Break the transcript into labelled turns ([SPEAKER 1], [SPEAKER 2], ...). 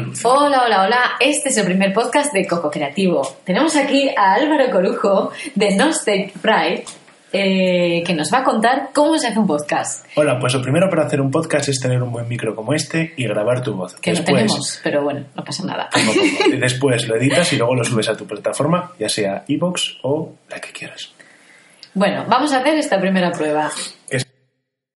[SPEAKER 1] luz.
[SPEAKER 2] Hola, hola, hola. Este es el primer podcast de Coco Creativo. Tenemos aquí a Álvaro Corujo de No State Pride. eh, que nos va a contar cómo se hace un podcast.
[SPEAKER 1] Hola, pues lo primero para hacer un podcast es tener un buen micro como este y grabar tu voz.
[SPEAKER 2] Que no tenemos, pero bueno, no pasa nada.
[SPEAKER 1] poco a poco. después lo editas y luego lo subes a tu plataforma, ya sea iBox o la que quieras.
[SPEAKER 2] Bueno, vamos a hacer esta primera prueba.
[SPEAKER 1] Es